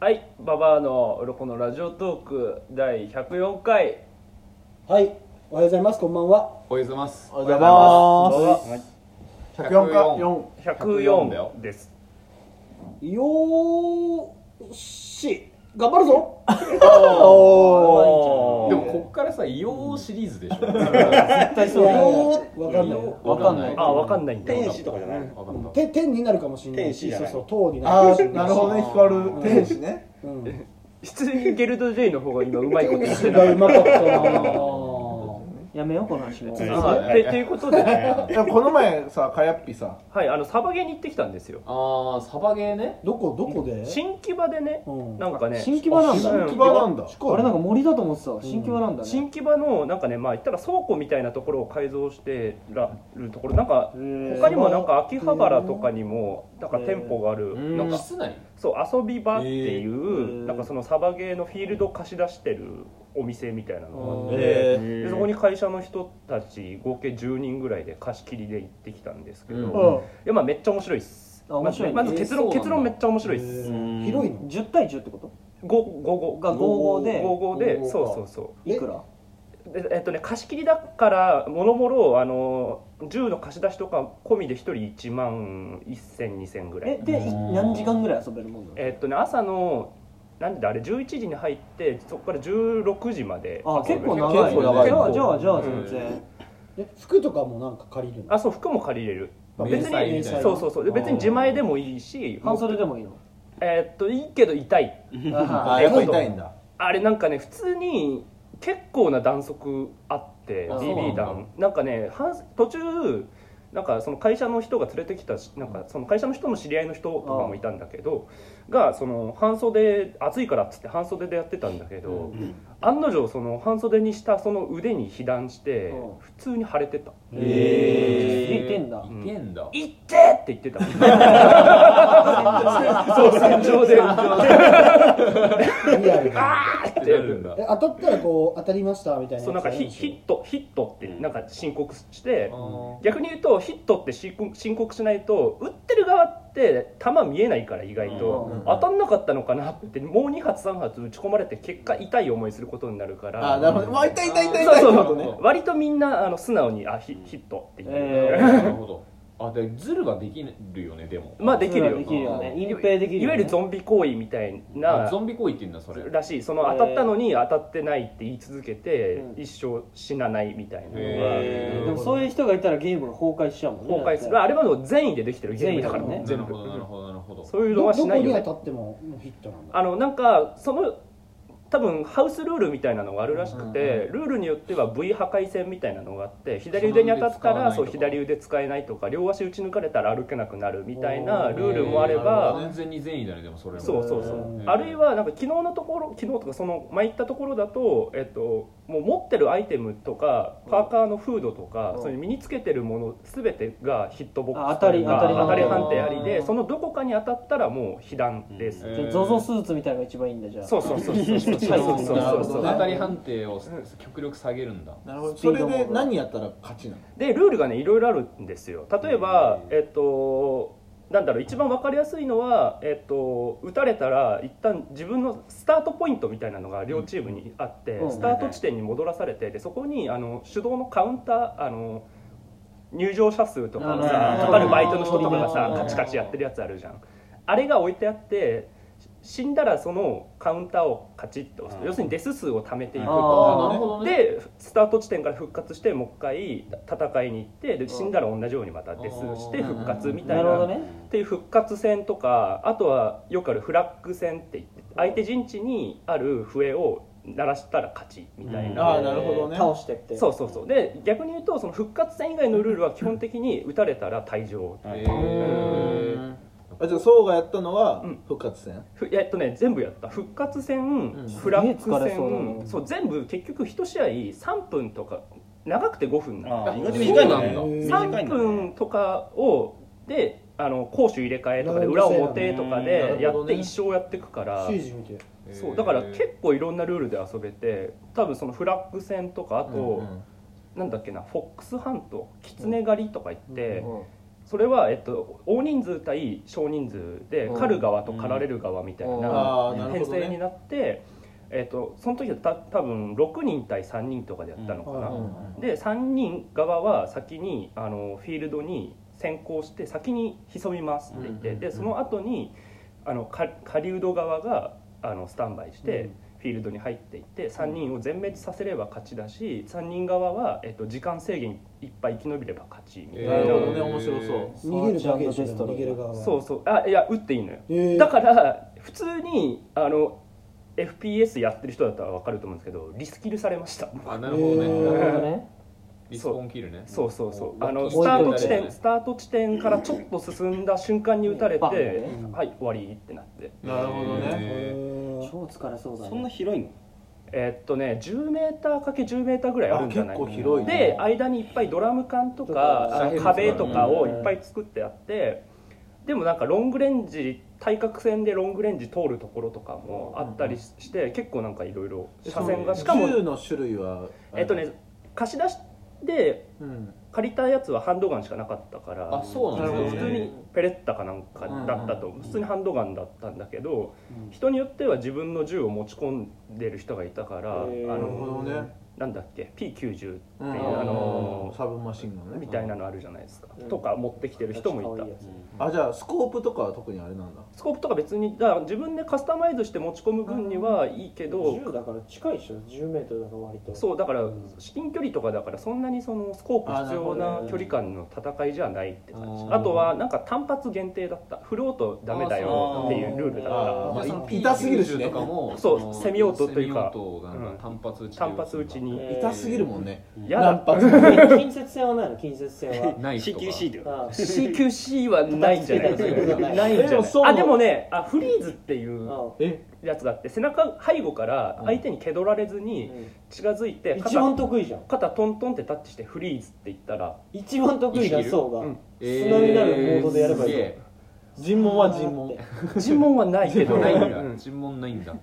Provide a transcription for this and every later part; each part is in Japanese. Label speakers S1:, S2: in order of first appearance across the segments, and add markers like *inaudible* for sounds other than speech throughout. S1: はい、ババアの鱗のラジオトーク第104回
S2: はい、おはようございます。こんばんは。
S3: おはようございます。
S4: おはようご
S1: ざ
S4: ざい
S1: い
S4: ます。104か4。
S3: 104だよ
S1: 104です
S2: よーし、頑張るぞ。
S1: お
S3: でもこっからさ、硫黄シリーズでしょ。絶対
S2: いやいやわかんない。
S4: わかんない
S1: あ、わかんないんだ
S5: 天使とかじゃない
S3: わかんない。
S2: て天になるかもしれないし、
S5: 天使じゃ
S2: そう
S5: ない
S2: そう、塔にな
S4: あ
S2: る。
S4: あ、なるほどね、光る天使ね。
S2: うん。
S1: 普通にゲルド J の方が今うまいこと
S2: 天
S1: 言っ
S2: 使
S1: て
S2: *laughs*
S1: な
S2: が
S1: い
S2: うまかったな。
S6: やめようこの話も
S5: うん
S1: あでということでね
S4: でもこの前さ、かやっぴさ、
S1: はいあのサバゲーに行ってきたんですよ
S3: ああ、サバゲーね。
S2: どこどこで？
S1: 新木場でね
S2: うん
S1: なんかね
S6: 新木場なんだ
S1: う
S4: 木場なんだ。
S6: あれなんか森だと思ってた新木場なんだね
S1: 新木場のなんかねまあ言ったら倉庫みたいなところを改造してらるところなんか他にもなんか秋葉原とかにもなんか店舗があるなんか
S3: 室内。
S1: そう遊び場っていう
S6: へー
S1: なんかそのサバゲーのフィールド貸し出してるお店みたいなのがあっ
S6: へ
S1: てでそこに会社の人たち合計10人ぐらいで貸し切りで行ってきたんですけど、
S3: うん
S1: いやまあめっちゃ面白いっす
S6: あ面白いね
S1: まずまず結
S3: え
S1: 論
S3: ーそうなんだ
S1: 結論めっちゃ面白いっ
S2: え
S1: す
S2: ー広いの？
S6: 10対10ってこと
S1: 五五
S6: が55で
S1: 五5で
S3: 55
S1: そうそうそう
S2: え
S6: いくら
S1: でえっとね、貸し切りだからもろもろあの銃の貸し出しとか込みで1人1万10002000ぐら
S6: え
S1: い
S6: でい
S3: うん
S6: 何時間ぐらい遊べるもんなの
S1: えっとね朝のなんであれ11時に入ってそこから16時まで
S6: あ結構
S1: な
S6: 長い
S3: 結構長い
S6: じゃあじゃあじゃあ
S3: うん
S6: 全然
S2: え服とかもなんか借りるの？
S1: あそう服も借りれる
S3: 迷
S1: 別
S3: 彩
S1: に
S3: みたいな
S1: そうそうそうで別に自前でもいいし
S6: 半袖でもいいの
S1: えっといいけど痛い
S6: あ
S4: あ、やっぱ痛いんだ。
S1: あれなんかね普通に結構な弾速あって
S3: あそうなん
S1: BB
S3: だ
S1: 弾なんかね半途中なんかその会社の人が連れてきたしなんかその会社の人の知り合いの人とかもいたんだけどがその半袖暑いからっつって半袖でやってたんだけど、案の定その半袖にしたその腕に被弾して
S6: うん
S1: 普通に腫れてた「
S6: えいてんだ
S3: いてんだ。
S1: いって!」って言ってたそう戦場で「あ
S2: リアル
S1: ー!」
S2: に。
S1: っ
S3: って
S1: て
S3: なるんだ。
S2: え当たったらこう当たりましたみたいなやつ
S1: そうなんかヒ
S2: あるでしょ
S1: ヒットヒットってなんか申告して
S3: あー
S1: 逆に言うとヒットって申告申告しないと打ってる側って球見えないから意外と、
S3: うん
S1: 当たんなかったのかなってもう2発3発打ち込まれて結果痛い思いすることになるから
S4: あ、なるほど。わ、痛い痛い痛い
S1: そう
S4: 痛い。
S1: そう
S4: なる
S1: そ
S4: ほ
S1: う、
S4: どね
S1: 割とみんなあの素直にあヒヒットって言って
S6: えー
S3: なるほど。あ、で、ズルができるよね、でも。
S1: まあできるよ
S6: できるよね
S1: うん
S6: 隠蔽できるよね
S1: いわゆるゾンビ行為みたい
S3: あ
S1: な
S3: ゾンビ行為って言うんだ、それ。
S1: らしいその当たったのに当たってないって言い続けて
S6: うん
S1: 一生死なないみたいなのが、
S3: へー
S6: でもそういう人がいたらゲームが崩壊しちゃうもんね
S1: 崩壊する
S6: だっ
S1: あれはでも善意でできてるゲームだから
S6: 善意
S1: ね
S6: だ
S3: なる
S6: もんね
S3: ほど、なるほど、なるほど。
S1: そういうの
S2: ど
S1: は
S2: ど
S1: し
S2: こ
S1: ない
S2: に
S1: よ
S2: 当
S1: ね
S2: たってももうヒットなんだ。
S1: あのなんかその多分ハウスルールみたいなのがあるらしくて、ルールによっては V 破壊戦みたいなのがあって左腕に当たったら
S3: そ
S1: そう
S3: の腕使
S1: 左腕使
S3: わないとか
S1: えないとか両足打ち抜かれたら歩けなくなるみたいな
S2: おー
S1: ルールもあれば、
S3: 完全に善意だね、でもそれも。
S1: そうそうそう、
S3: うん
S1: あるいはなんか昨日のところ昨日とかその前言ったところだと、えっと、もう持ってるアイテムとかパーカーのフードとか、
S6: うん
S1: それに身につけてるもの全てがヒットボックス
S6: あ当たり
S1: とか
S6: 当たり
S1: 当たり判定あり
S6: う
S1: で
S6: ん
S1: そのどこかに当たったらもう被弾です、
S3: うん
S6: てゾゾスーツみたいなのが一番いいんだじゃあ
S1: そうそうそう *laughs* そうそうそう
S6: 近い
S1: そうそう
S4: なるほ
S1: そ
S4: ど
S1: う
S4: ね
S3: 当たり判定を極力下げるんだ。
S4: なるほど。それで何やったら勝ちなの
S1: でルールがねいろいろあるんですよ例えばえっとなんだろう一番わかりやすいのは、えっと、打たれたら一旦自分のスタートポイントみたいなのが両チームにあって、
S6: うん
S1: スタート地点に戻らされてでそこにあの手動のカウンターあの入場者数とかの
S6: なる
S1: さ
S6: ほ
S1: か
S6: ど
S1: かるバイトの人とかが
S6: う
S1: さ
S6: ん
S1: カチカチやってるやつあるじゃんあれが置いてあって死んだらそのカウンターをカチッと押す
S5: うん
S1: 要するにデス数を貯めていく
S6: あー
S3: あーなるほどね。
S1: でスタート地点から復活してもう一回戦いに行ってで死んだら同じようにまたデスして復活みたい
S6: な
S1: な
S6: るほどね
S1: っていう復活戦とかあとはよくあるフラッグ戦って言って相手陣地にある笛を鳴らしたら勝ちみたいな。
S4: あーなるほどね
S6: 倒してって
S1: そうそうそうで逆に言うとその復活戦以外のルールは基本的に打たれたら退場
S3: へ
S1: ー
S3: ー
S4: あ、じゃあ、そうがやったのは
S1: うん
S4: 復活戦。
S1: ふえっとね全部やった復活戦、
S4: ん
S1: フラッグ
S6: すげえ疲れそうだ
S1: 戦
S6: な
S1: そう全部結局1試合3分とか長くて5分なの
S5: あー意外と
S3: そう
S5: 短いん
S3: な
S5: だ
S3: ん
S5: ね
S3: だ。
S5: 短い
S1: 3
S5: んだね
S1: 分とかをであの攻守入れ替えとかで
S2: ラ
S1: 裏
S2: ウンド制
S1: 表とか
S4: うんなる
S1: で
S4: ほ
S1: や
S4: ど
S1: っ
S4: ね
S1: て一生やっていくから
S2: シージ見て。
S1: そうだから結構いろんなルールで遊べて多分そのフラッグ戦とかあと、
S4: うんうん
S1: なんだっけなフォックスハントキツネ狩りとか言って、
S6: うん
S1: それは、えっと、大人数対少人数で狩る側と狩られる側みたい
S6: うん
S4: あーな
S1: な
S4: る
S1: 編
S4: ほどね
S1: 成になって、えっと、その時はた多分6人対3人とかでやったのかな、
S2: うん
S1: で3人側は先にあのフィールドに先行して先に潜みますって言って、
S3: うんうんうん
S1: でその後にあのか狩人側があのスタンバイして、フィールドに入っていって3人を全滅させれば勝ちだし3人側は、えっと、時間制限いっぱい生き延びれば勝ちみたいな、
S4: なるほどね面白そう
S2: 逃げるだけでしょ
S6: サーチデストロイ
S2: 逃げる側は
S1: そうそうあいや打っていいのよ
S2: えー
S1: だから普通にあの FPS やってる人だったら分かると思うんですけどリスキルされました
S3: あなるほど
S2: え
S3: ね
S2: ー
S6: なるほどね
S3: リスポンキルね
S1: そうそうそうあの
S3: 置い
S1: ス
S3: とい
S1: タ
S3: た
S1: ー
S3: ら
S1: ト地点スタート地点からちょっと進んだ瞬間に打たれて
S6: パンね
S1: はい終わりってなって
S4: なるほどね
S2: え
S3: へ
S2: ー
S6: 超疲れそうだね
S5: そんな広いの
S1: えーっとね 10m×10m ぐらいあるんじゃない
S4: あ結構広いね
S1: で間にいっぱいドラム缶とかあの
S3: 遮蔽物とかね
S1: 壁とかをいっぱい作ってあってでもなんかロングレンジ対角線でロングレンジ通るところとかもあったりしして結構なんかいろいろ車線がしかも
S4: 銃の種類は
S1: えーっとね貸し出しで
S4: うん
S1: 借りたやつはハンドガンしかなかったから
S3: あそうなん
S1: 普
S3: です
S1: 通
S3: ね
S1: にペレッタかなんかだったと、普通にハンドガンだったんだけど、人によっては自分の銃を持ち込んでる人がいたから、
S6: へー
S1: あ
S4: なるほ
S1: の
S4: どね
S1: なんだっけ P90 って、
S4: うん
S1: あの
S4: サブマシンガンね
S1: みたいなのあるじゃないですか、
S6: うん
S1: とか持ってきてる人もいた
S6: 可愛やつ
S4: あじゃあスコープとかは特にあれなんだ
S1: スコープとか別にだから自分でカスタマイズして持ち込む分にはいいけど、
S6: 10だから近いでしょ10メートルだから割と
S1: そうだから至近距離とかだからそんなにそのスコープ必要な距離感の戦いじゃないって感じ
S3: あ
S1: あとはなんか単発限定だったフロートダメだよっていうルールだった
S4: あーまあ
S3: その
S4: い痛すぎるしね
S3: P90 とかも
S1: そう
S3: の
S1: セミオートというか
S3: セミオートがなんか単発打ちで
S1: 単発打ちに
S6: えー
S4: 痛すぎるもんね
S1: やだ
S4: 発
S3: *laughs*
S6: 近接線はないの近接線は
S3: ナイフとか
S5: CQC だよ
S6: ああ
S1: CQC はないんじゃないないんじゃ
S4: でも
S1: ない
S4: そう
S1: あでもねあフリーズっていう
S6: あ
S4: え
S1: やつがあって背中背後から相手に蹴取られずに近づいて
S6: 一
S1: 肩
S6: 番得意じゃん
S1: 肩トントンってタッチしてフリーズって言ったら
S6: 一番得意だそうが、
S1: うん
S6: 素直になるモードでやればいい
S3: えーすげえ
S4: 尋問は尋問
S1: *laughs* 尋問はないけど
S3: ないん
S1: う
S3: だ
S1: ん
S3: 尋問ないんだ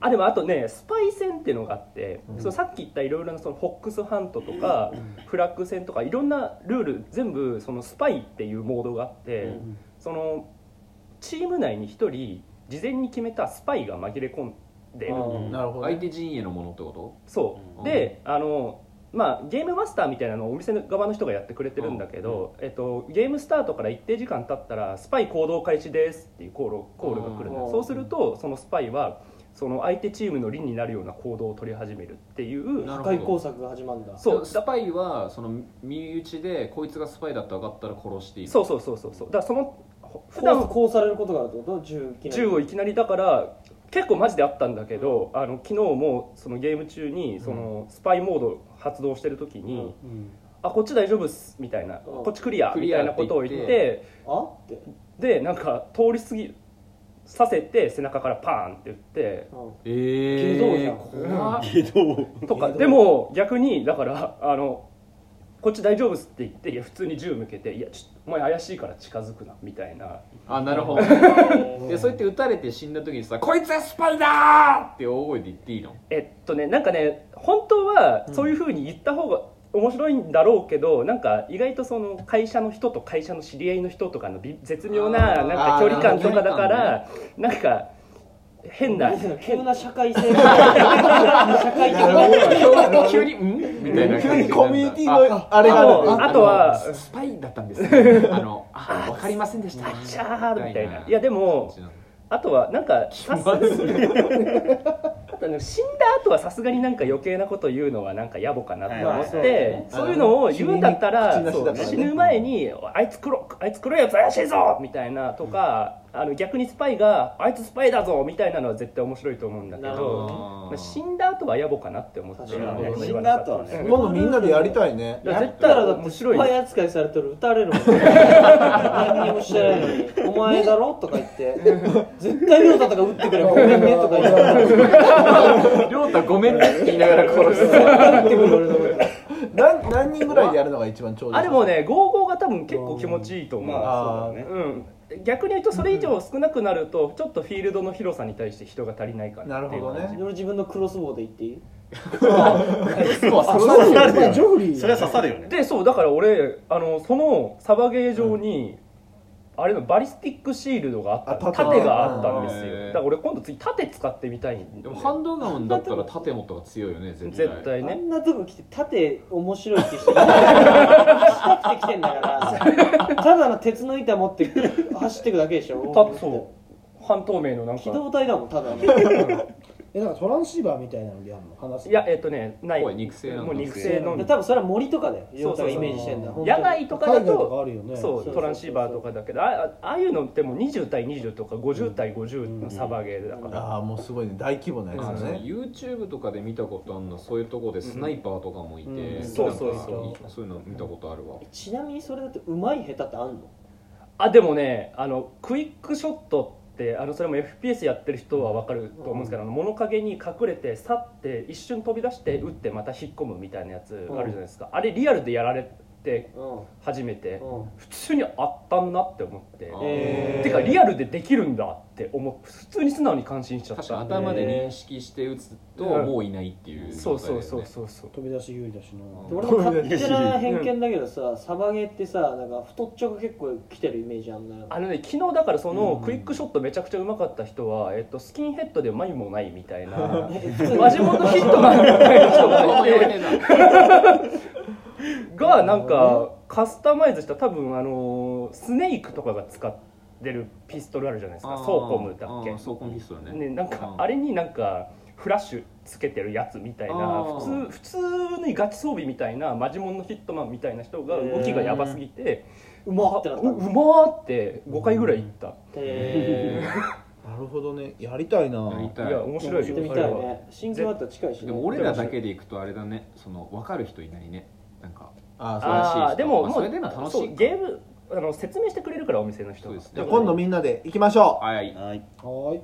S1: あでもあとねスパイ戦っていうのがあって、そうさっき言ったいろいろなそのホックスハントとか、フラッグ戦とかいろんなルール全部そのスパイっていうモードがあって、そのチーム内に1人事前に決めたスパイが紛れ込んでる
S6: うん
S4: なるほど
S3: 相
S4: ね
S3: 手陣営のものってこ
S1: そううんであのまあ、ゲームマスターみたいなのをお店側の人がやってくれてるんだけど、えっと、ゲームスタートから一定時間経ったら「スパイ行動開始です」っていうコールコールが来るの
S6: うん
S1: そうするとそのスパイはその相手チームの輪になるような行動を取り始めるっていう
S3: とな
S6: 破
S3: る
S6: 壊
S3: ほ
S6: 工
S3: ど
S6: 作が始まるんだ
S1: そう
S3: スパイはその身内でこいつがスパイだって分かったら殺していい
S1: そうそうそうそうそうだからそのほ普
S6: 普段
S1: 段
S6: こうされることがあるってこと銃いきなり
S1: 銃をいきなりだから結構マジであったんだけど、あの昨日もそのゲーム中にそのスパイモード発動してる時に「あこっち大丈夫っす」みたいな「
S6: うん
S1: こっちクリア」
S3: ク
S1: み
S3: リ
S1: た
S3: ア
S1: いなことを言っ
S3: ってて
S6: あって、
S1: でなんか通り過ぎさせて背中からパーンって打って
S6: うん
S3: え
S6: 下道じゃ
S3: ー
S6: ん
S3: 怖っ
S1: とかでも逆にだからあのこっち大丈夫っすって言っていや普通に銃向けて「いやちょっとお前怪しいから近づくな」みたいな
S3: あなるほどでそうやって撃たれて死んだ時にさ「こいつはスパイだー!」って大声で言っていいの
S1: えっとねなんかね本当はそういうふうに言った方が面白いんだろうけど、なんか意外とその会社の人と会社の知り合いの人とかのび絶妙な
S3: あー
S1: なんか距離感とかだか
S3: な
S1: ら、なんか変な
S6: なんていうの急な社会性
S1: *laughs*
S6: 社会的な
S3: 急に「ん?」みたいな
S4: 急
S3: 感じ
S4: にコミュニティ
S3: あ
S4: のあれがある
S1: あとは
S3: あのスパイだったんですねあのあ分かりませんでした
S1: あちゃーみたいないや
S3: で
S1: でもあとはなんかさすあとね死んだ後はさすがになんか余計なこと言うのはなんか野暮かなって思っ
S6: はい
S1: てそういうのを言うんだったら
S4: 死に口
S1: そう
S4: なしだからね
S1: 死ぬ前に「あいつ黒あいつ黒いやつ怪しいぞ!」みたいなとかあの逆にスパイが「あいつスパイだぞ!」みたいなのは絶対面白いと思うんだけ
S6: なるほ
S1: どまあ死んだ後は野暮かなって思って
S6: 確か
S5: に死んだ後はね
S4: 今度みんなでやりたいね
S1: いや絶
S6: だ
S1: 対
S6: からだって
S1: 面
S6: 失
S1: 白い
S6: 敗
S1: よ
S6: 扱いされてる撃たれ
S1: *laughs*
S6: るもん何にもしてないのに「お前だろ?」とか言って「絶対亮太とか撃ってくれごめんね」とか言って
S3: 亮太ごめんねって言いながら殺すぞ
S6: 撃ってくる俺のこと
S4: *laughs* 何何人ぐらいでやるのが一番ちょうどい
S1: あ
S4: い
S1: でもね55が多分結構気持ちいいと思う
S5: まあそうだよね
S1: うん、逆に言うとそれ以上少なくなるとちょっとフィールドの広さに対して人が足りないから
S4: なるほどね
S6: 俺自分のクロスボウで言っていい
S4: あ
S5: それは刺さるよ
S2: ジョフリー
S5: ねそれは刺さるよね
S1: でそうだから俺あのそのサバゲー場に、あれのバリスティックシールドがあった盾
S4: あ盾
S1: があったんです
S3: う
S1: よ
S3: ん
S1: だから俺今度次盾使ってみたいん
S3: *laughs* で
S1: で
S3: もハンドガウンだったら盾持った方が強いよね絶対
S1: 絶対
S6: あ
S1: ね
S6: んなとこ来て縦面白いって人いないしたくて来てんだからただの鉄の板持って走ってくだ
S1: *laughs*
S6: けでしょ
S1: たそう半透明のなん
S6: 機
S1: か
S6: 動隊だもんただの
S5: えなんかトランシーバーみたいなのでやるの話す
S1: いやえっとねない
S3: おい肉声なんだ
S1: もう肉声の
S6: 多分それは森とかだよ
S1: そうそうそう
S6: 亮太がイメージしてんだ
S5: 本当に
S1: 野外とかだ
S5: 海外とかあ
S1: と
S5: るよね
S1: そうトランシーバーとかだけどああああいうのってもう20対20とか50対50のサバゲーだから、
S4: ああもうすごいね大規模なや
S3: あ
S4: つだ
S3: の
S4: ね
S3: YouTube とかで見たことあるのそういうとこでスナイパーとかもいて、
S5: うん
S3: なんか
S1: そうそうそ
S3: そういうの見たことあるわ
S6: ちなみにそれだってうまい下手ってあんの
S1: あでもねあのクイックショットってあのそれも FPS やってる人は分かると思うんですけど、あの物陰に隠れて去って一瞬飛び出して撃ってまた引っ込むみたいなやつあるじゃないですか、あれリアルでやられて
S6: う
S1: 初めて、
S6: んうん
S1: 普通にあったんなって思って、
S3: あ
S6: えー
S1: てかリアルでできるんだって思う普通に素直に感心しちゃった
S3: 確か頭で認識して打つと
S1: うん
S3: もういないっていう
S1: そ
S3: 状
S1: う
S3: 態だよ
S1: そう
S3: ね
S1: そうそうそう
S5: 飛び出し有利だしな
S6: で俺の勝手な偏見だけどさサバゲーってさなんか太っちょが結構来てるイメージあんな
S1: あのね昨日だからそのクイックショットめちゃくちゃうまかった人は、えっと、スキンヘッドで眉もないみたい
S6: *laughs*
S1: なマジモトヒットマンみたいな
S3: *laughs*
S1: 人
S3: あん
S1: がい
S3: ま言
S1: て
S3: われねえな
S1: がなんかカスタマイズした多分あのースネークとかが使ってるピストルあるじゃないですかソーコムだっ
S3: あー
S1: け
S3: ソーコムピストル
S1: ね
S3: ね
S1: なんか
S3: うん
S1: あれになんかフラッシュつけてるやつみたいな
S3: あ
S1: 普
S3: ー
S1: 通普通にガチ装備みたいなマジモンのヒットマンみたいな人が動きがやばすぎて
S6: うま
S1: あ
S6: っ
S1: う
S6: てなっ
S1: う
S6: たの
S1: まーって5回ぐらい行った、
S6: へー
S4: なるほどねやりたいな
S3: やりた
S1: い
S3: い
S1: や面白い
S6: 行
S1: よ
S6: ってみたいね新京だったら近いしね
S3: でも俺らだけで行くとあれだねその分かる人いないねなんか
S4: ああそうだし
S1: ああーでも
S3: まあ
S1: も
S3: そうれでのは楽しい
S1: そうゲームあの説明してくれるからお店の人
S3: そう
S1: が
S3: ですね
S4: じゃあ今度みんなで行きましょう
S3: あい
S5: はーい